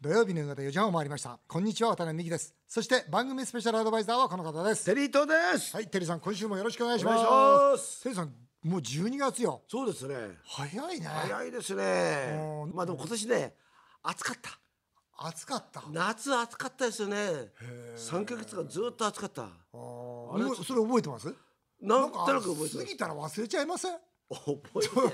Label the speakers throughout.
Speaker 1: 土曜日の夕方4時半を回りましたこんにちは渡辺美希ですそして番組スペシャルアドバイザーはこの方です
Speaker 2: テリートです、
Speaker 1: はいテリーさん今週もよろしくお願いします
Speaker 2: お願いします
Speaker 1: テリーさんもう12月よ
Speaker 2: そうですね
Speaker 1: 早いね
Speaker 2: 早いです
Speaker 1: う
Speaker 2: ね
Speaker 1: ん
Speaker 2: まあでも今年ね暑かった
Speaker 1: 暑かった
Speaker 2: 夏暑かったですよね
Speaker 1: へー
Speaker 2: 三ヶ月間ずっと暑かった
Speaker 1: あー
Speaker 2: あれ
Speaker 1: もうそれ覚えてます
Speaker 2: なんとなく覚えて
Speaker 1: 過
Speaker 2: ま
Speaker 1: ぎ
Speaker 2: す
Speaker 1: たら忘れちゃいません
Speaker 2: 覚えて
Speaker 1: 覚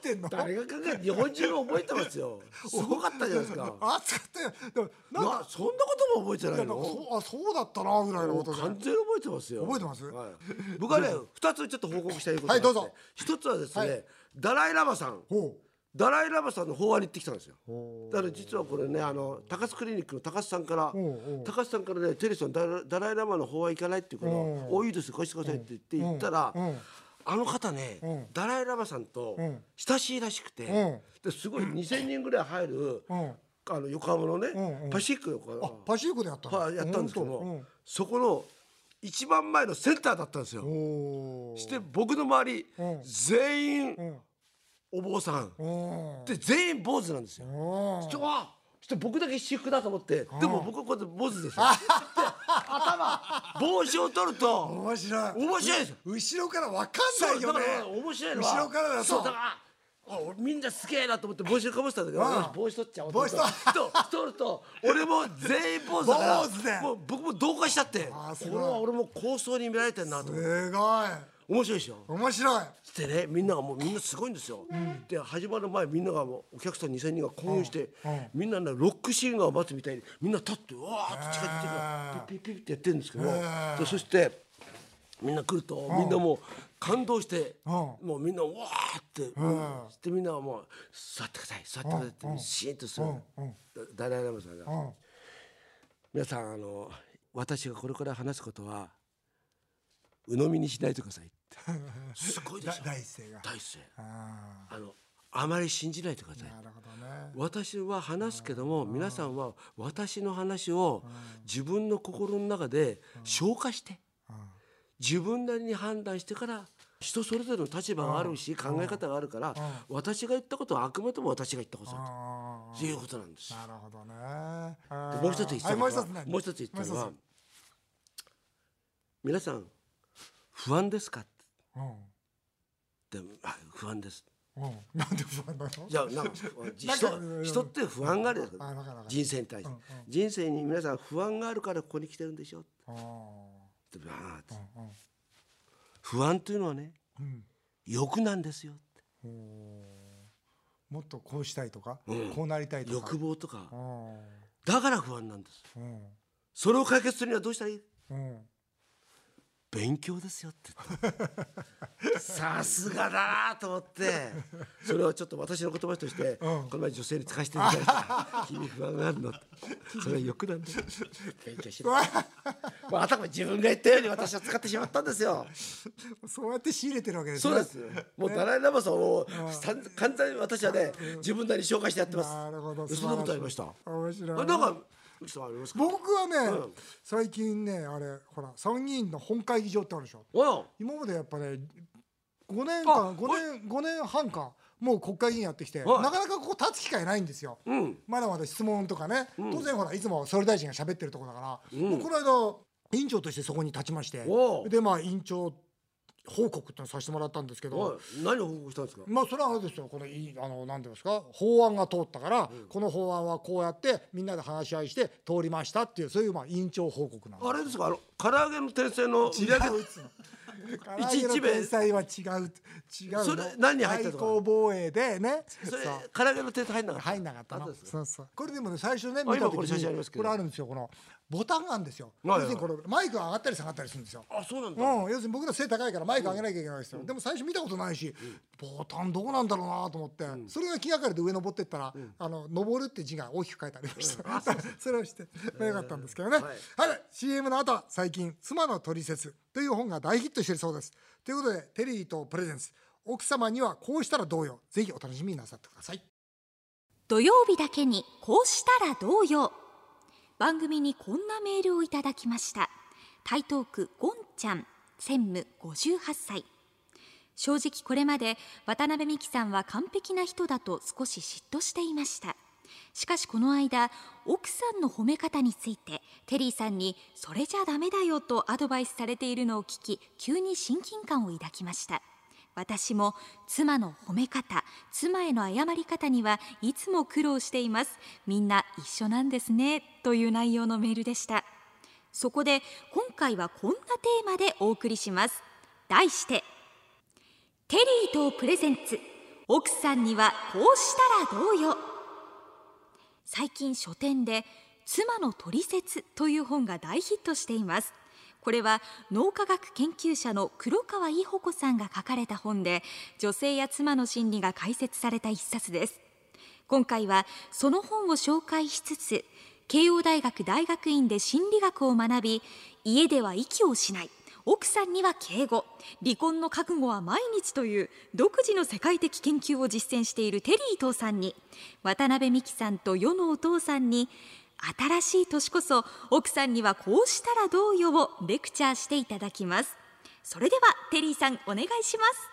Speaker 1: えてんの
Speaker 2: 誰が考えて日本中が覚えてますよすごかったじゃないですか
Speaker 1: 暑かったよでもなんか
Speaker 2: なそんなことも覚えて
Speaker 1: い
Speaker 2: な
Speaker 1: や
Speaker 2: い
Speaker 1: なんか
Speaker 2: の
Speaker 1: そうあそうだったなぐらいの
Speaker 2: も
Speaker 1: こ
Speaker 2: う
Speaker 1: とで
Speaker 2: 完全に覚えてますよ
Speaker 1: 覚えてます
Speaker 2: はい、僕はね二つちょっと報告したいことが
Speaker 1: は
Speaker 2: あ
Speaker 1: い
Speaker 2: って
Speaker 1: どうぞ
Speaker 2: 一つはですね、
Speaker 1: はい
Speaker 2: ダライラマさん
Speaker 1: ほ
Speaker 2: ダライラマさんの法案に行ってきたんですよ
Speaker 1: うほう
Speaker 2: だから実はこれねあの高須クリニックの高須さんから
Speaker 1: おうおう
Speaker 2: 高須さんからねテレソンダラダライラマの法案行かないっていうから
Speaker 1: うん
Speaker 2: 「おいいです貸してください」って言って行ったら
Speaker 1: うんうん
Speaker 2: あの方ね
Speaker 1: うん
Speaker 2: ダライラマさんと
Speaker 1: うん
Speaker 2: 親しいらしくて
Speaker 1: うん
Speaker 2: ですごい2,000人ぐらい入る
Speaker 1: うん
Speaker 2: あの横浜の
Speaker 1: うんうん
Speaker 2: ねパシフィック横
Speaker 1: あ
Speaker 2: 浜
Speaker 1: パシフィックでやったの
Speaker 2: はいやったんですけど
Speaker 1: ほ
Speaker 2: も
Speaker 1: と
Speaker 2: そこの一番前のセンターだったんです
Speaker 1: うん
Speaker 2: よ。
Speaker 1: おー
Speaker 2: して僕の周り
Speaker 1: うん
Speaker 2: 全員
Speaker 1: うん
Speaker 2: お坊さん
Speaker 1: うん
Speaker 2: で全員坊主なんですよ。
Speaker 1: うん
Speaker 2: ちょあちょっと僕だけ私服だと思って、でも僕はこうやって坊主ですよ。で頭帽子を取ると
Speaker 1: 面白い
Speaker 2: 面白いですよ。
Speaker 1: 後ろからわかんないよね
Speaker 2: だから面白いのは
Speaker 1: 後ろからだと
Speaker 2: そうだからあ俺みんなすげえなと思って帽子をかぶってたんだけど、
Speaker 1: うん
Speaker 2: よし帽子取っちゃおう
Speaker 1: 帽子取
Speaker 2: と思ってと取ると俺も全員坊主だから
Speaker 1: 坊主で
Speaker 2: もう僕も同化しちゃって
Speaker 1: あーす
Speaker 2: こ
Speaker 1: ごい
Speaker 2: れは俺も高層に見られてんなと思って
Speaker 1: すごい
Speaker 2: 面白いでしょ
Speaker 1: 面白い
Speaker 2: でねみんながもうみんなすごいんですよ、で始まる前みんながもうお客さん2,000人が興奮して、みんなねロックシーンが待つみたいにみんな立ってうわーって近づいてからピッピッピッってやってるんですけど、でそしてみんな来ると、みんなもう感動して、
Speaker 1: うん
Speaker 2: もうみんなうわーって、してみんなはもう座ってください座ってくださいって、シーンとする、ダライラマさんが、
Speaker 1: ん
Speaker 2: 皆さんあの私がこれから話すことは鵜呑みにしないでくださいって すごいで
Speaker 1: だ
Speaker 2: しょ
Speaker 1: 第一声が
Speaker 2: 大勢
Speaker 1: あ
Speaker 2: あのあまり信じないでください
Speaker 1: ーなるほどね
Speaker 2: 私は話すけども皆さんは私の話を自分の心の中で消化して自分なりに判断してから人それぞれの立場があるし考え方があるから私が言ったことはあくまでも私が言ったことだ
Speaker 1: あ
Speaker 2: ということなんです
Speaker 1: ー。なるほどねあー
Speaker 2: もう一つ言ってた
Speaker 1: はい
Speaker 2: の
Speaker 1: もう
Speaker 2: は
Speaker 1: 一つ何
Speaker 2: もう一つ言ってたの
Speaker 1: も
Speaker 2: は
Speaker 1: う一
Speaker 2: 皆さん不安ですかっ
Speaker 1: つ
Speaker 2: てあ不安で
Speaker 1: う
Speaker 2: す。
Speaker 1: んうんなんで不安 なの
Speaker 2: じゃあなんか人人って不安があるじゃないですか
Speaker 1: あだからだから
Speaker 2: 人生に対して、
Speaker 1: うんうん
Speaker 2: 人生に皆さん不安があるからここに来てるんでしょって
Speaker 1: あ
Speaker 2: 言ってバーって
Speaker 1: ーうん
Speaker 2: 不安というのはね
Speaker 1: うん
Speaker 2: 欲なんですよって
Speaker 1: ほうもっとこうしたいとか、
Speaker 2: うん
Speaker 1: こうなりたいとか
Speaker 2: 欲望とか
Speaker 1: うん
Speaker 2: だから不安なんです
Speaker 1: うん
Speaker 2: それを解決するにはどうしたらいい
Speaker 1: うん
Speaker 2: 勉強ですよって言ったさすがだなと思ってそれをちょっと私の言葉として、この前女性に使わせていただいた君不安があるのってそれは欲なんだよ勉 強しろまああたかも自分が言ったように私は使ってしまったんですよ
Speaker 1: そうやって仕入れてるわけです
Speaker 2: そう
Speaker 1: ね
Speaker 2: なんですよ。もうダライラマさんをさん完全に私はね自分なりに紹介してやってます。
Speaker 1: なるほど
Speaker 2: そんなことありました。あ
Speaker 1: 面白
Speaker 2: ないんかミキさんありますか。
Speaker 1: 僕はね、
Speaker 2: うん
Speaker 1: 最近ねあれほら参議院の本会議場ってあるでしょ
Speaker 2: うん。
Speaker 1: 今までやっぱね5年
Speaker 2: あ
Speaker 1: 間5年5年半かもう国会議員やってきてな
Speaker 2: はい
Speaker 1: かなかここ立つ機会ないんですよ、
Speaker 2: うん。
Speaker 1: まだまだ質問とかね、当然ほらいつも総理大臣が喋ってるところだから、もうこの間委員長としてそこに立ちまして
Speaker 2: おう
Speaker 1: でまあ委員長報告ってのをさせてもらったんですけど、
Speaker 2: はい。何を報告したんですか。
Speaker 1: まあそれはあれですよこのいいあの何ていうんですか法案が通ったから、この法案はこうやってみんなで話し合いして通りましたっていうそういうまあ委員長報告なんです
Speaker 2: あれですか。あの唐揚げの転生の
Speaker 1: 違
Speaker 2: 売り上げ
Speaker 1: うっつうの。唐揚げの
Speaker 2: 一名
Speaker 1: 天才は違う違うの
Speaker 2: それ何に入ったとか
Speaker 1: 外交防衛でね
Speaker 2: それ
Speaker 1: そう
Speaker 2: 唐揚げの転生入んなかった。
Speaker 1: 入んなかった
Speaker 2: あそ
Speaker 1: の
Speaker 2: うですか
Speaker 1: そうそうこれでもね最初ね
Speaker 2: あ
Speaker 1: 見た
Speaker 2: 今
Speaker 1: 時
Speaker 2: これ写真あります
Speaker 1: に
Speaker 2: けど
Speaker 1: これあるんですよこのボタンがあるんですよ
Speaker 2: はいはい
Speaker 1: 要するにこれマイクが上がったり下がったりするんですよ
Speaker 2: あそうなん
Speaker 1: う
Speaker 2: だ。
Speaker 1: ん、要するに僕ら背高いからマイク上げなきゃいけないですよ、でも最初見たことないし、ボタンどうなんだろうなと思って、それが気がかりで上登ってったら「あの登る」って字が大きく書いてありました、 それをして、まあよかったんですけどね、
Speaker 2: はい
Speaker 1: はい CM の後は最近「妻の取説」という本が大ヒットしているそうですということでテリーとプレゼンス奥様にはこうしたらどうよぜひお楽しみになさってください
Speaker 3: 土曜日だけにこうしたらどうよ番組にこんなメールをいただきました台東区ゴンちゃん専務58歳正直これまで渡辺美樹さんは完璧な人だと少し嫉妬していましたしかしこの間奥さんの褒め方についてテリーさんに「それじゃダメだよ」とアドバイスされているのを聞き急に親近感を抱きました私も妻の褒め方妻への謝り方にはいつも苦労していますみんな一緒なんですねという内容のメールでしたそこで今回はこんなテーマでお送りします題してテリーとプレゼンツ奥さんにはこうしたらどうよ最近書店で妻の取説という本が大ヒットしていますこれは脳科学研究者の黒川伊保子さんが書かれた本で女性や妻の心理が解説された一冊です今回はその本を紹介しつつ慶応大学大学院で心理学を学び家では息をしない奥さんには敬語離婚の覚悟は毎日という独自の世界的研究を実践しているテリー伊藤さんに渡辺美樹さんと世のお父さんに新しい年こそ奥さんにはこうしたらどうよをレクチャーしていただきますそれではテリーさんお願いします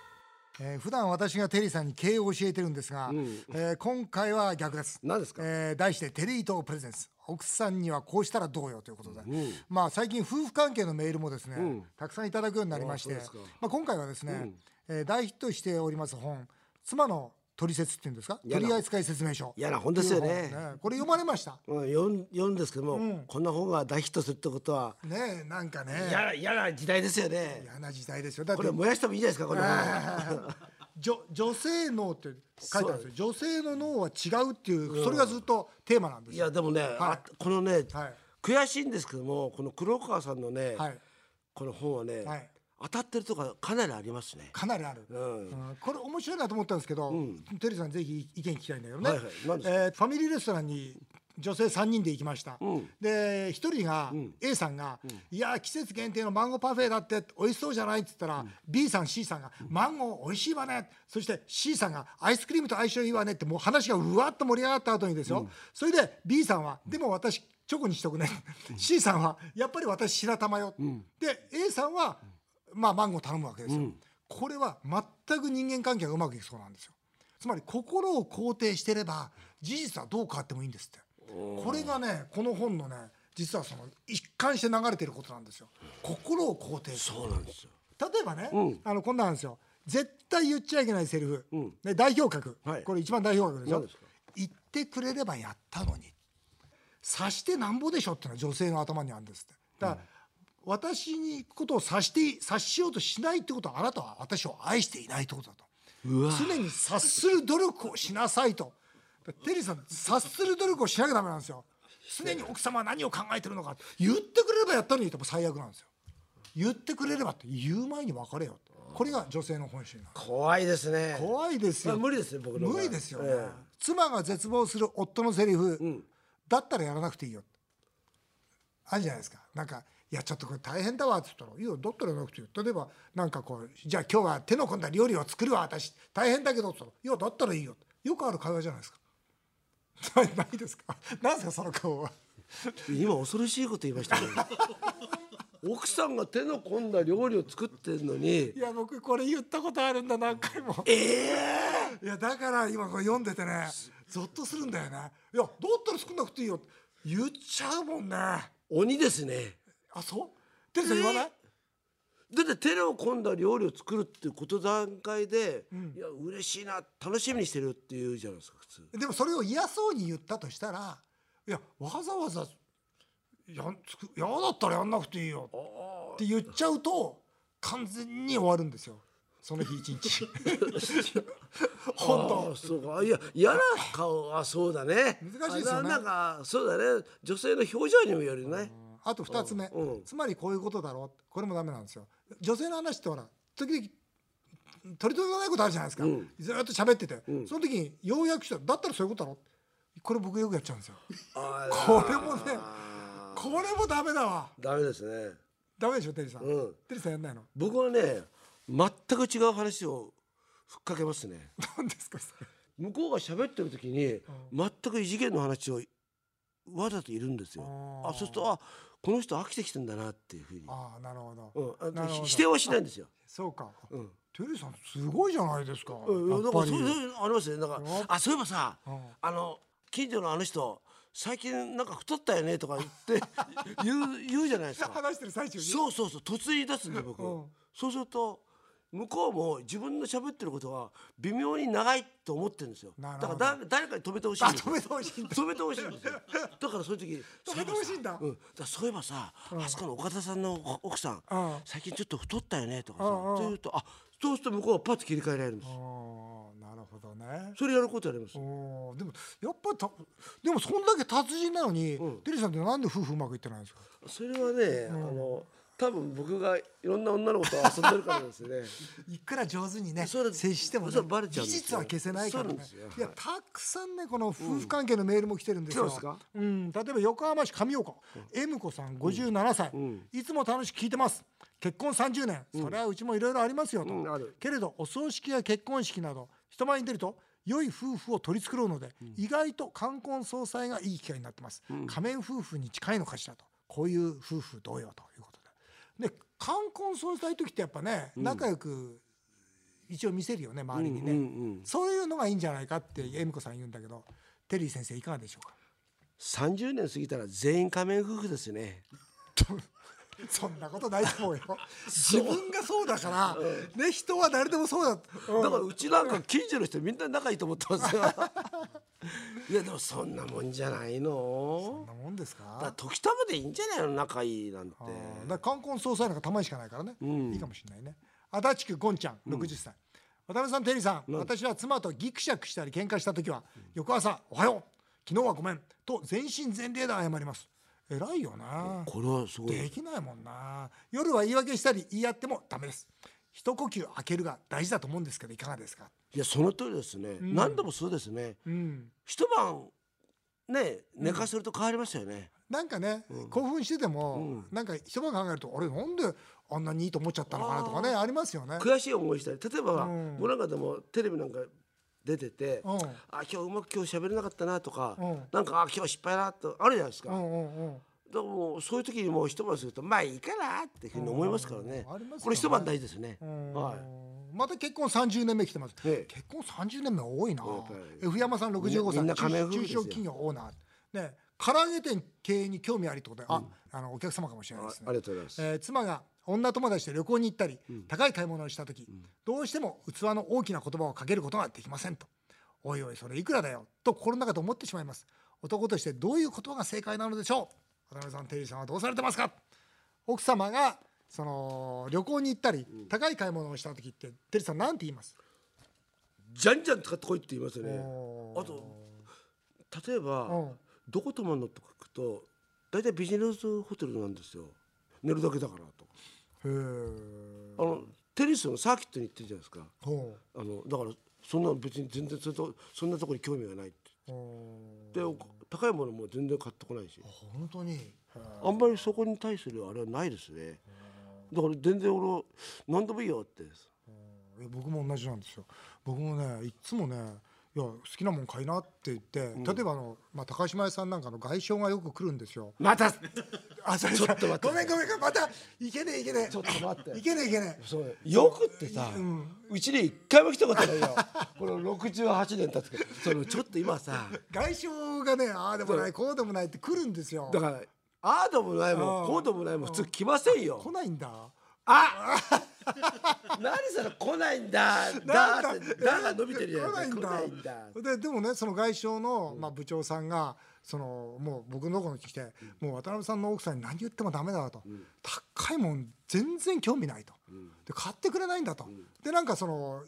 Speaker 1: えー普段私がテリーさんに経営を教えてるんですが、えー今回は逆です。
Speaker 2: 何ですか
Speaker 1: えー題してテリーとプレゼンス。奥さんにはこうしたらどうよということで、まあ最近夫婦関係のメールもですね、たくさんいただくようになりまして、
Speaker 2: ああそうですか
Speaker 1: まあ今回はですね、えー大ヒットしております本、妻の取説っていうんですか、
Speaker 2: 嫌な
Speaker 1: 取扱説明書。
Speaker 2: 嫌な本ですよね
Speaker 1: という本これ読まれました。
Speaker 2: うん読ん読んですけども、こんな本が大ヒットするってことは
Speaker 1: ねえなんかね、
Speaker 2: 嫌な嫌な時代ですよね。
Speaker 1: 嫌な時代ですよ。だっ
Speaker 2: こ
Speaker 1: て
Speaker 2: れ燃やしてもいいじゃないですかこの本。
Speaker 1: 女女性脳って書いてあるんですよ女性の脳は違うっていう、それがずっとテーマなんです
Speaker 2: い
Speaker 1: よ
Speaker 2: やでもね、あこのね、
Speaker 1: はい
Speaker 2: 悔しいんですけどもこの黒川さんのね、
Speaker 1: はい
Speaker 2: この本はね、
Speaker 1: はい
Speaker 2: 当たってるとかかなりありますね。
Speaker 1: かなりある、
Speaker 2: ん
Speaker 1: うんこれ面白いなと思ったんですけど、テリーさんぜひ意見聞きたいんだけどね、
Speaker 2: はいはい何です
Speaker 1: えーファミリーレストランに女性3人で行きました、で1人が、A さんが、いやー季節限定のマンゴーパフェだって美味しそうじゃない」って言ったら、B さん C さんが「マンゴー美味しいわね」そして C さんが「アイスクリームと相性いいわね」ってもう話がうわっと盛り上がった後にですよ、それで B さんは「でも私チョコにしとくね」C さんは「やっぱり私白玉よ」で A さんは「まあ、マンゴー頼むわけですよ、これは全く人間関係がうまくいきそうなんですよつまり心を肯定してれば事実はどう変わってもいいんですってこれがねこの本のね実はその一貫して流れてることなんですよ心を肯定する
Speaker 2: そうなんですよ。
Speaker 1: 例えばね、あのこんなんなんですよ絶対言っちゃいけないセリフ、ね、代表格、
Speaker 2: はい
Speaker 1: これ一番代表格でしょ
Speaker 2: 何ですか
Speaker 1: 言ってくれればやったのに察してなんぼでしょっていうのは女性の頭にあるんですってだから、私にことを察して察しようとしないってことはあなたは私を愛していないってことだと常に察する努力をしなさいとだからテリーさん察する努力をしなきゃダメなんですよ常に奥様は何を考えてるのか言ってくれればやったのにってもう最悪なんですよ言ってくれればって言う前に別れよとこれが女性の本心なんです
Speaker 2: 怖いですね。
Speaker 1: 怖いですよ
Speaker 2: まあ無理ですね僕の場合
Speaker 1: 無理ですよね、
Speaker 2: え
Speaker 1: 妻が絶望する夫のセリフ、だったらやらなくていいよあるじゃないですかなんか「いやちょっとこれ大変だわ」っつったら「いやだったらやらなくていいよ」例えばなんかこう「じゃあ今日は手の込んだ料理を作るわ私大変だけど」っつったら「いやだったらいいよ」よくある会話じゃないですか ないないですかなんですかその顔は
Speaker 2: 今恐ろしいこと言いまし たね。奥さんが手の込んだ料理を作ってるのに
Speaker 1: い、や僕これ言ったことあるんだ何回 もいやだから今これ読んでてねゾッとするんだよねいやどうったら作んなくていいよって言っちゃうもんねあ
Speaker 2: 鬼ですね。
Speaker 1: そうテリーさん言わない、
Speaker 2: だって手の込んだ料理を作るっていうこと段階で、いや嬉しいな楽しみにしてるっていうじゃないですか普通。
Speaker 1: でもそれを嫌そうに言ったとしたらいやわざわざやんつくやだったらやんなくていいよって言っちゃうと完全に終わるんですよその日一日本当
Speaker 2: ああそうかいや嫌な顔はそうだね
Speaker 1: 難しいですよね
Speaker 2: あななんかそうだね女性の表情にもよるね
Speaker 1: あと2つ目、
Speaker 2: うん
Speaker 1: つまりこういうことだろうこれもダメなんですよ女性の話ってほら時々取り留めのないことあるじゃないですか、
Speaker 2: ん
Speaker 1: ずっと喋ってて、その時にようやくしただったらそういうことだろこれ僕よくやっちゃうんですよ
Speaker 2: ああ
Speaker 1: これもねこれもダメだわ
Speaker 2: ダメですね
Speaker 1: ダメでしょテリーさん、
Speaker 2: うん
Speaker 1: テリーさんやんないの
Speaker 2: 僕はね全く違う話をふっかけますね
Speaker 1: 何ですかそれ
Speaker 2: 向こうが喋ってる時に全く異次元の話をわざといるんですよ
Speaker 1: あー
Speaker 2: あそうするとあこの人飽きてきてんだなっていうふうに、
Speaker 1: ああなるほど、
Speaker 2: うんあ
Speaker 1: なるほ
Speaker 2: と、
Speaker 1: ど
Speaker 2: 否定はしないんですよ
Speaker 1: そうか、
Speaker 2: うん
Speaker 1: テリーさんすごいじゃないですか、
Speaker 2: うん、
Speaker 1: や
Speaker 2: だ
Speaker 1: っ
Speaker 2: か
Speaker 1: ぱ
Speaker 2: ら
Speaker 1: り
Speaker 2: そういうのありますね。だからあそういえばさ、
Speaker 1: うん
Speaker 2: あの近所のあの人最近なんか太ったよねとか言って 言う言うじゃないですか
Speaker 1: 話してる最中に
Speaker 2: そうそうそう突然言い出すんで僕、
Speaker 1: うん
Speaker 2: そうすると向こうも自分の喋ってることは微妙に長いと思ってるんですよだ
Speaker 1: な
Speaker 2: か
Speaker 1: るほ
Speaker 2: ら
Speaker 1: ど
Speaker 2: 誰誰かに止めてほしいん
Speaker 1: あ
Speaker 2: です
Speaker 1: 止
Speaker 2: よ
Speaker 1: めてほしいんだ
Speaker 2: 止めてほしいんですよだからそういう時
Speaker 1: 止めてほしいんだ
Speaker 2: そういえばさうん、だからそういえばさ、あそこの岡田さんの奥さん、
Speaker 1: うん
Speaker 2: 最近ちょっと太ったよねとかさ、
Speaker 1: うんうん
Speaker 2: というとあそうすると向こうはパッと切り替えられるんです
Speaker 1: あーなるほどね
Speaker 2: それやることあります
Speaker 1: おーでもやっぱりたでもそんだけ達人なのに、
Speaker 2: うん
Speaker 1: テリーさんってなんで夫婦うまくいってないんですか
Speaker 2: それはね、あの多分僕がいろんな女の子と遊んでるからです ね
Speaker 1: いくら上手にね
Speaker 2: それ
Speaker 1: 接しても、ね、
Speaker 2: それバレちゃうん
Speaker 1: 事
Speaker 2: です
Speaker 1: 実
Speaker 2: よ
Speaker 1: は消せないから
Speaker 2: そう
Speaker 1: ね
Speaker 2: なんですよ
Speaker 1: いやたくさんねこの夫婦関係のメールも来てるんですよ、
Speaker 2: 来てますか
Speaker 1: うん、例えば横浜市上岡、恵子さん57歳、
Speaker 2: ん
Speaker 1: いつも楽しく聞いてます結婚30年、それはうちもいろいろありますよと、
Speaker 2: うんある
Speaker 1: けれどお葬式や結婚式など人前に出ると良い夫婦を取り繕うので、意外と冠婚葬祭がいい機会になってます、仮面夫婦に近いのかしらとこういう夫婦同様ということでで冠婚葬祭の時ってやっぱね仲良く一応見せるよね周りにね、
Speaker 2: うんうんうん
Speaker 1: そういうのがいいんじゃないかって恵美子さん言うんだけどテリー先生いかがでしょうか
Speaker 2: 30年過ぎたら全員仮面夫婦ですね
Speaker 1: そんなことないと思うよ自分が そうだから、ね人は誰でもそうだ
Speaker 2: だからうちなんか近所の人みんな仲いいと思って ますよいやでもそんなもんじゃない
Speaker 1: そん
Speaker 2: の
Speaker 1: なもんです
Speaker 2: だから
Speaker 1: か
Speaker 2: 時たまでいいんじゃないの仲いいなんて
Speaker 1: あーだから冠婚葬祭なんかたまにしかないからね、いいかもしれないね足立区ゴンちゃん60歳、渡辺さんテリーさん、私は妻とギクシャクしたり喧嘩した時は、翌朝「おはよう昨日はごめん」と全身全霊で謝ります偉いよな、
Speaker 2: これはすご
Speaker 1: で
Speaker 2: い
Speaker 1: きないもんな夜は言い訳したり言い合ってもダメです一呼吸開けるが大事だと思うんですけどいかがですか
Speaker 2: いやその通りですね、何度もそうですね
Speaker 1: うん
Speaker 2: 一晩ね寝かせると変わりますよね、
Speaker 1: なんかね、興奮してても、なんか一晩考えるとあれなんであんなにいいと思っちゃったのかなとかねありますよね
Speaker 2: 悔しい思いしたり例えば、
Speaker 1: うん
Speaker 2: 僕なんかでもテレビなんか出てて、
Speaker 1: うん
Speaker 2: あ今日うまく今日喋れなかったなとか、
Speaker 1: うん
Speaker 2: なんかあ今日失敗だとあるじゃないですか、
Speaker 1: う
Speaker 2: だか
Speaker 1: んうんうん
Speaker 2: らもうそういう時にもう一晩するとまあいいかなっていうふうに思いますからね,、
Speaker 1: うんありますよね
Speaker 2: これ一晩大事ですね、
Speaker 1: うん
Speaker 2: はい
Speaker 1: また結婚30年目来てます、
Speaker 2: ええ
Speaker 1: 結婚30年目多いな
Speaker 2: やっぱり
Speaker 1: F 山さん65歳
Speaker 2: みんな仮面夫婦
Speaker 1: 中
Speaker 2: で
Speaker 1: 小
Speaker 2: すよ
Speaker 1: 企業オーナーね唐揚げ店経営に興味ありってことで、ああのお客様かもしれない
Speaker 2: あ
Speaker 1: ですね
Speaker 2: ありがとうございます、
Speaker 1: えー妻が女友達と旅行に行ったり、高い買い物をした時、どうしても器の大きな言葉をかけることができませんと「おいおいそれいくらだよ」と心の中で思ってしまいます男としてどういう言葉が正解なのでしょう渡辺さんテリーさんはどうされてますか奥様がその旅行に行ったり、高い買い物をした時ってテリーさんなんて言います
Speaker 2: じゃんじゃん使ってこいって言いますよね
Speaker 1: おー
Speaker 2: あと例えば、
Speaker 1: うん
Speaker 2: どこ泊まるのとか聞くと大体ビジネスホテルなんですよ寝るだけだからと、
Speaker 1: へー
Speaker 2: あのテニスのサーキットに行ってるじゃないですか
Speaker 1: ほ
Speaker 2: あのだからそんな別に全然それとそんなところに興味がないって
Speaker 1: うほう
Speaker 2: でお高いものも全然買ってこないし
Speaker 1: 本当にへー
Speaker 2: あんまりそこに対するあれはないですねだから全然俺は何でもいいよって
Speaker 1: いや僕も同じなんですよ僕もねいっつもねいや好きなもん買いなって言って、例えばあの、まあ、高島屋さんなんかの外商がよく来るんですよ
Speaker 2: また
Speaker 1: あそれ
Speaker 2: ちょっと待って
Speaker 1: ごめんごめんごめんまたいけねえいけねえ
Speaker 2: ちょっと待って
Speaker 1: いけねえいけねえ
Speaker 2: そうよくってさ、うちに一回も来たことないよこの68年経つけどそのちょっと今さ
Speaker 1: 外商がねああでもないこうでもないって来るんですよ
Speaker 2: だからああでもないも
Speaker 1: うん
Speaker 2: んこうでもないもん普通来ませんよ
Speaker 1: 来ないんだ
Speaker 2: あ何それ来ないんだだーってだーが伸びてるじゃ
Speaker 1: 来
Speaker 2: な
Speaker 1: ない
Speaker 2: い
Speaker 1: ん
Speaker 2: 来
Speaker 1: だ
Speaker 2: ないんだ
Speaker 1: ででもねその外相の、まあ、部長さんがそのもう僕のところに来て、もう渡辺さんの奥さんに何言ってもダメだと、高いもん全然興味ないと、で買ってくれないんだと、でなんかその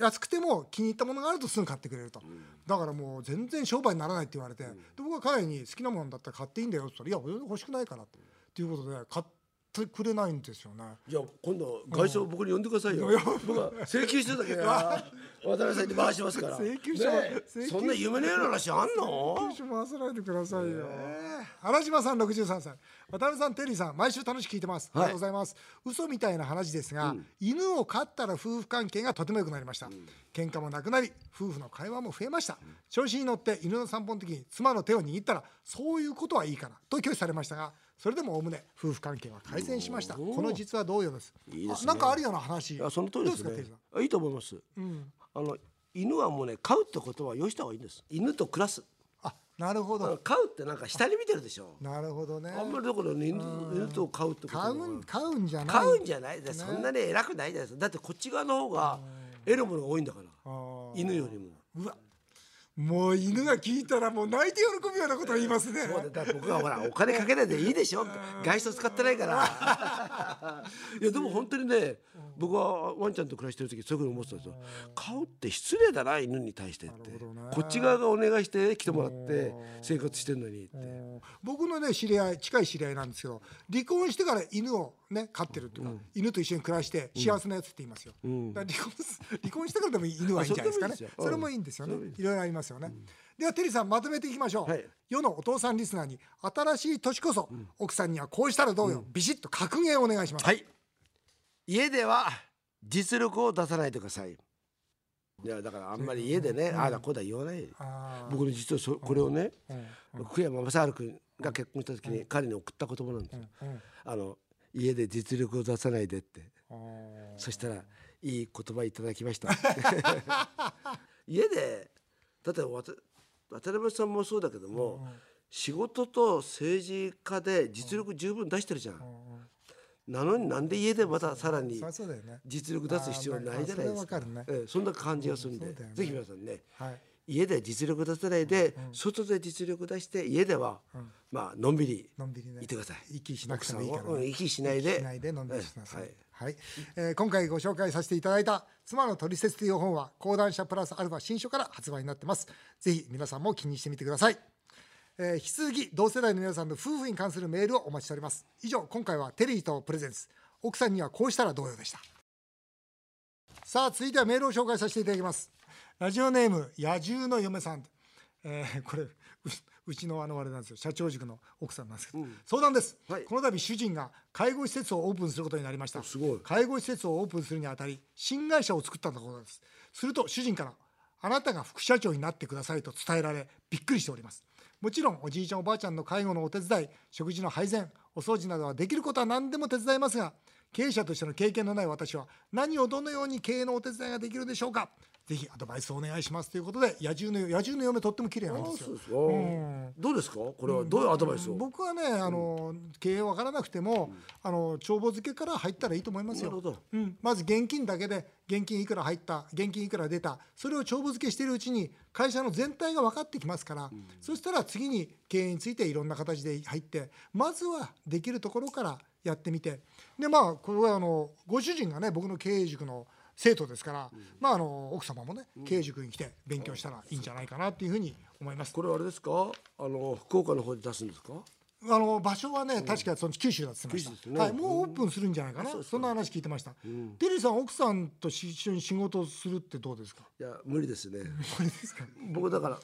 Speaker 1: 安くても気に入ったものがあるとすぐ買ってくれると、だからもう全然商売にならないって言われて、で僕が彼に好きなものだったら買っていいんだよって言ったら「いや俺欲しくないから」ってっていうことで買ってくれないんですよね。
Speaker 2: じゃあ今度外相僕に呼んでくださいよ。僕は請求書だけは渡辺さんに回しますから。
Speaker 1: 請求書
Speaker 2: ね
Speaker 1: 請求書
Speaker 2: そんな夢のような話あんの？
Speaker 1: 一緒に回さないでくださいよ。原島さん63歳、渡辺さんテリーさん毎週楽しく聞いてます。ありがとうございます。嘘みたいな話ですが、犬を飼ったら夫婦関係がとても良くなりました。喧嘩もなくなり、夫婦の会話も増えました。調子に乗って犬の散歩の時に妻の手を握ったらそういうことはいいからと拒否されましたが、それでもおおむね夫婦関係は改善しました。この実は同様です。
Speaker 2: いいですね
Speaker 1: あなんかあるような話。
Speaker 2: いやその通りです
Speaker 1: どうで
Speaker 2: ね
Speaker 1: すかテリーさん。。
Speaker 2: あいいと思います。あの犬はもうね飼うってことは良した方がいいんです。犬と暮らす。
Speaker 1: あ、なるほ
Speaker 2: だから
Speaker 1: ど
Speaker 2: 飼うってなんか下に見てるでしょ
Speaker 1: なるほどね
Speaker 2: あんまりだから犬犬と飼うってこと
Speaker 1: 買
Speaker 2: は
Speaker 1: うん買うんじゃない
Speaker 2: 買うんじゃないだってそんなに偉くないじゃないですかだってこっち側の方が得るものが多いんだから
Speaker 1: あー
Speaker 2: 犬よりも
Speaker 1: うわもう犬が聞いたらもう泣いて喜ぶようなことを言いますね
Speaker 2: そうだだから僕はほらお金かけないでいいでしょ外出使ってないからいやでも本当にね僕はワンちゃんと暮らしてる時そういうふうに思ってたんですよ買うって失礼だな犬に対してって
Speaker 1: なるほどね
Speaker 2: こっち側がお願いして来てもらって生活してんのにって
Speaker 1: うん僕のね知り合い近い知り合いなんですけど離婚してから犬をね飼ってるっていうか、犬と一緒に暮らして幸せなやつって言いますよ、だから離婚す 離婚してからでも犬はいいんじゃないですかね
Speaker 2: あそれでもいいですようん
Speaker 1: それもいいんですよね、いろいろありますよね、ではテリーさんまとめていきましょう、
Speaker 2: はい
Speaker 1: 世のお父さんリスナーに新しい年こそ、奥さんにはこうしたらどうよ、ビシッと格言をお願いします、
Speaker 2: はい家では実力を出さないでくださいいやだからあんまり家でね、ああだこうだ言わない
Speaker 1: あー
Speaker 2: 僕の実はそこれをね、
Speaker 1: うん
Speaker 2: 福山雅治君が結婚した時に彼に送った言葉なんですよ、
Speaker 1: うん
Speaker 2: あの家で実力を出さないでって
Speaker 1: あー
Speaker 2: そしたらいい言葉いただきました 家でだってわた渡辺さんもそうだけども、仕事と政治家で実力十分出してるじゃん、なのになんで家でまたさらに
Speaker 1: そりゃそうだよね
Speaker 2: 実力出す必要ないじゃないですか
Speaker 1: あーまあそれはわか
Speaker 2: ええそんな感じがするんで、
Speaker 1: うんそうだよね
Speaker 2: ぜひ皆さんね
Speaker 1: はい
Speaker 2: 家で実力出さないで、外で実力出して家では、まあのんびり
Speaker 1: のんびりね
Speaker 2: いてください
Speaker 1: 息しなくてもいいからね
Speaker 2: 奥さんをうん息しないで
Speaker 1: しないでのんびりしてください。
Speaker 2: はい
Speaker 1: はい、えー今回ご紹介させていただいた妻のトリセツという本は講談社プラスアルファ新書から発売になってます。ぜひ皆さんも気にしてみてください。えー引き続き同世代の皆さんの夫婦に関するメールをお待ちしております。以上今回はテリーとプレゼンス奥さんにはこうしたら同様でした。さあ続いてはメールを紹介させていただきますラジオネーム野獣の嫁さん、えーこれううちのあのあれなんですよ社長塾の奥さんなんですけど、相談です、
Speaker 2: はい
Speaker 1: この度主人が介護施設をオープンすることになりました
Speaker 2: すごい
Speaker 1: 介護施設をオープンするにあたり新会社を作ったところですすると主人からあなたが副社長になってくださいと伝えられびっくりしておりますもちろんおじいちゃんおばあちゃんの介護のお手伝い食事の配膳お掃除などはできることは何でも手伝いますが経営者としての経験のない私は何をどのように経営のお手伝いができるでしょうかぜひアドバイスをお願いしますということで野獣の野獣の嫁とっても綺麗なんですよ
Speaker 2: そうですかどうですかこれはどういうアドバイスを
Speaker 1: 僕はねあの、経営わからなくても、あの帳簿付けから入ったらいいと思いますよ
Speaker 2: なるほど
Speaker 1: うん、まず現金だけで現金いくら入った現金いくら出たそれを帳簿付けしているうちに会社の全体が分かってきますから、そしたら次に経営についていろんな形で入ってまずはできるところからやってみてでまあこれはあのご主人がね僕の経営塾の生徒ですから、まあ、あの奥様もね経営塾に来て勉強したらいいんじゃないかなっていうふうに思います。
Speaker 2: これはあれですかあの福岡の方で出すんですか
Speaker 1: あの場所はね、確かその九州だって言ってま
Speaker 2: 九州で
Speaker 1: し
Speaker 2: す
Speaker 1: た、
Speaker 2: よね
Speaker 1: はい、もうオープンするんじゃないかな、そんな話聞いてました、テリーさん奥さんと一緒に仕事をするってどうですか
Speaker 2: いや無理ですね
Speaker 1: これですか
Speaker 2: 僕だから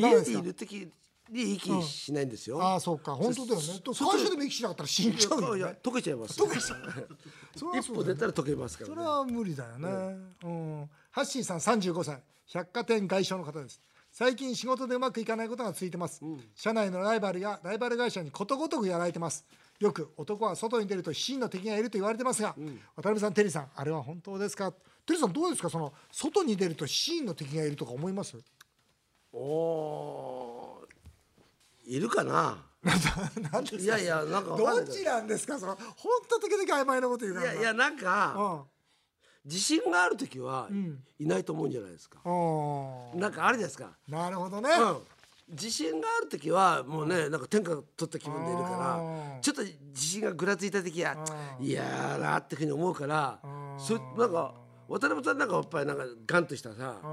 Speaker 1: なん
Speaker 2: 家
Speaker 1: です
Speaker 2: で
Speaker 1: か
Speaker 2: いる時に息しないんですよ、
Speaker 1: ああそうか本当だよねと最初でも息しなかったら死んじゃうよ、ね、
Speaker 2: いや溶けちゃいます
Speaker 1: 溶けちゃうそれは
Speaker 2: 一
Speaker 1: そ
Speaker 2: 歩
Speaker 1: うだ
Speaker 2: 出
Speaker 1: よね
Speaker 2: たら溶けますから、
Speaker 1: そ
Speaker 2: ね、
Speaker 1: れは無理だよね、うんハッシーさん35歳百貨店外商の方です最近仕事でうまくいかないことが続いてます、社内のライバルやライバル会社にことごとくやられてますよく男は外に出ると真の敵がいると言われてますが、渡辺さんテリーさんあれは本当ですかテリーさんどうですかその外に出ると真の敵がいるとか思います
Speaker 2: おーいるか な いやいやなんかわかん
Speaker 1: ど
Speaker 2: ないけど
Speaker 1: ちなんですかその本当時々曖昧なこと言うか
Speaker 2: い
Speaker 1: ら
Speaker 2: やいやなんか自信がある時はいないと思うんじゃないですか、
Speaker 1: うん、うん
Speaker 2: なんかあれですか、
Speaker 1: なるほどね、
Speaker 2: うん、自信がある時はもうねなんか天下取った気分でいる
Speaker 1: う
Speaker 2: か
Speaker 1: ん
Speaker 2: らちょっと自信がぐらついた時は
Speaker 1: うん
Speaker 2: いやーなーってふうに思うから
Speaker 1: ん
Speaker 2: そなんか渡辺さんなんかやっぱりなんかガンとしたさ
Speaker 1: う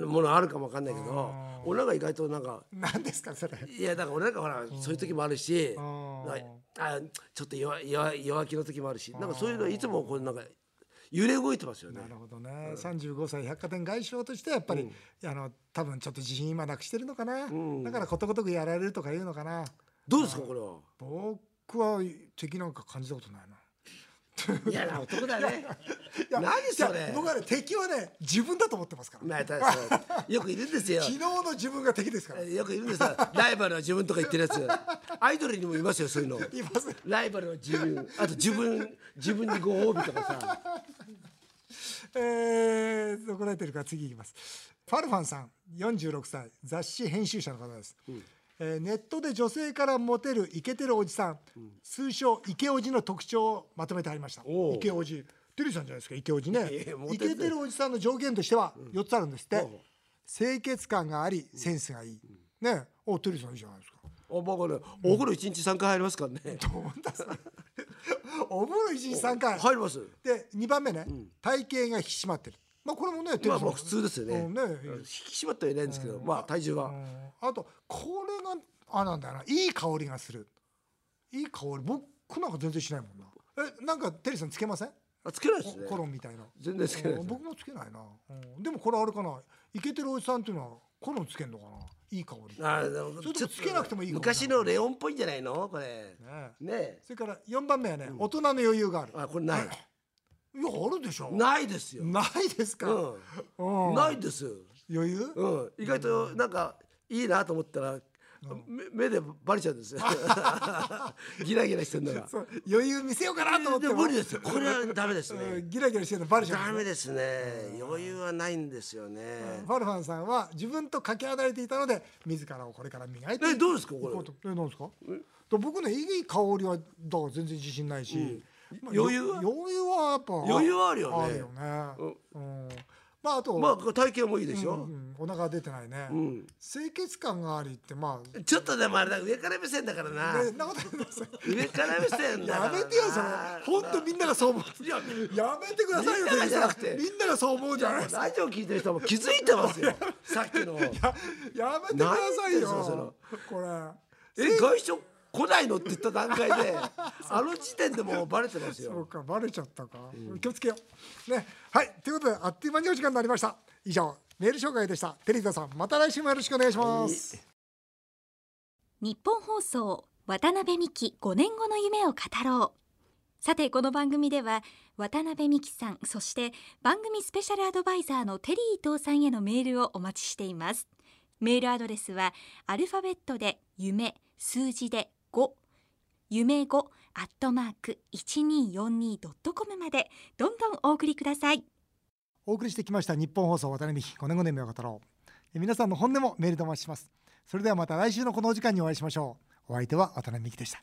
Speaker 1: ん
Speaker 2: ものあるかもわかんないけど俺なんか意外となんか
Speaker 1: 何ですかそれ
Speaker 2: いやだから俺なんかほらそういう時もあるし
Speaker 1: ん
Speaker 2: なあちょっと弱弱弱気の時もあるしなんかそういうのはいつもこうなんか揺れ動いてますよね
Speaker 1: な。るほどね、35歳百貨店外商としてやっぱり、あの多分ちょっと自信今なくしてるのかな、だからことごとくやられるとか言うのかな
Speaker 2: どうですかこれは。
Speaker 1: 僕は敵なんか感じたことないない
Speaker 2: やな男だね。 何そ
Speaker 1: いや
Speaker 2: れ。
Speaker 1: 僕はね敵はね自分だと思ってますから、
Speaker 2: まあ、ただそうよくいるんで すよ。
Speaker 1: 昨日の自分が敵ですから、
Speaker 2: よくいるんですよ。ライバルは自分とか言ってるやつ。アイドルにもいますよ、そういうの。
Speaker 1: います
Speaker 2: ライバルは自分、あと自分、自分にご褒美とかさ。
Speaker 1: えー、怒られてるから次いきます、ファルファンさん46歳雑誌編集者の方です、えーネットで女性からモテるイケてるおじさん、通称イケおじの特徴をまとめてありました
Speaker 2: おう
Speaker 1: イケおじテリーさんじゃないですかイケおじね
Speaker 2: いやモテ
Speaker 1: イ
Speaker 2: てる
Speaker 1: ケてるおじさんの条件としては4つあるんですって、
Speaker 2: おう
Speaker 1: 清潔感がありセンスがいい、ねおテリーさんいいじゃないですか
Speaker 2: あ僕はねお風呂一日三回入りますからね
Speaker 1: お風呂一日3回
Speaker 2: 入ります
Speaker 1: で2番目ね、体型が引き締まってるまあこれもねテリー
Speaker 2: ま
Speaker 1: さ
Speaker 2: あ
Speaker 1: ん
Speaker 2: まあ普通ですよね,、
Speaker 1: うんね
Speaker 2: 引き締まってはいないんですけど、まあ体重は、
Speaker 1: あとこれがあなんだよないい香りがするいい香り僕なんか全然しないもんなえなんかテリーさんつけません
Speaker 2: あつけないです
Speaker 1: コ
Speaker 2: ね
Speaker 1: コロンみたいな
Speaker 2: 全然つけないです、
Speaker 1: うん
Speaker 2: ね、
Speaker 1: 僕もつけないな、うんでもこれあれかなイケてるおじさんっていうのはコロンつけんのかないい香り
Speaker 2: あーでも
Speaker 1: それともつけなくてもいいかもな
Speaker 2: 昔のレオンっぽいんじゃないのこれ
Speaker 1: ねえ
Speaker 2: ねえ
Speaker 1: それから4番目はね、大人の余裕がある
Speaker 2: あこれない
Speaker 1: いやあるでしょ
Speaker 2: ないですよ、
Speaker 1: ないですか、
Speaker 2: う
Speaker 1: うん
Speaker 2: ん、ないです
Speaker 1: 余裕、
Speaker 2: うん意外となんかいいなと思ったら、め目でバレちゃう んですよギラギラしてるのが
Speaker 1: そう余裕見せようかなと思って
Speaker 2: で
Speaker 1: も
Speaker 2: 無理ですよこれはダメです
Speaker 1: う
Speaker 2: ね
Speaker 1: んギラギラしてるのバレちゃ
Speaker 2: ダ
Speaker 1: う
Speaker 2: メ
Speaker 1: んですね
Speaker 2: ですね余裕はないんですよね
Speaker 1: ファルファンさんは自分とかけ離れていたので自らをこれから磨いて
Speaker 2: えどうですかこれ
Speaker 1: いこうとえなんですかと僕ねいい香りはだから全然自信ないし、まあ
Speaker 2: 余裕は
Speaker 1: 余裕はやっぱ
Speaker 2: 余裕はあるよね
Speaker 1: あるよね、うんまああと、
Speaker 2: まあ体型もいいでし
Speaker 1: う
Speaker 2: ょ、
Speaker 1: ん、お腹が出てないね、
Speaker 2: ん
Speaker 1: 清潔感がありってま あ
Speaker 2: ちょっとでもあれだ上から目線だからな
Speaker 1: えそんなことないですよ
Speaker 2: 上から目線だか
Speaker 1: や
Speaker 2: ら
Speaker 1: め
Speaker 2: な
Speaker 1: てよそれ本当みんながそう思う
Speaker 2: いや
Speaker 1: やめてくださいよ
Speaker 2: みんながじゃなく
Speaker 1: 先生
Speaker 2: て
Speaker 1: みんながそう思うじゃないですか
Speaker 2: ラジオ聞いてる人も気づいてますよさっきの
Speaker 1: ややめてください
Speaker 2: なんでそ
Speaker 1: よ
Speaker 2: の
Speaker 1: これ
Speaker 2: え外食来ないのって言った段階 であの時点でもうバレてます
Speaker 1: そ
Speaker 2: よ
Speaker 1: うかバレちゃったか、気をつけようねはいということであっという間にお時間になりました以上メール紹介でしたテリーザさんまた来週もよろしくお願いします、
Speaker 3: 日本放送渡辺美希5年後の夢を語ろうさてこの番組では渡辺美希さんそして番組スペシャルアドバイザーのテリー伊藤さんへのメールをお待ちしていますメールアドレスはアルファベットで夢数字で5夢5アットマーク 1242.com までどんどんお送りください
Speaker 1: お送りしてきました日本放送渡辺美希5年5年目を語ろうえ皆さんの本音もメールでお待ちしますそれではまた来週のこのお時間にお会いしましょうお相手は渡辺美希でした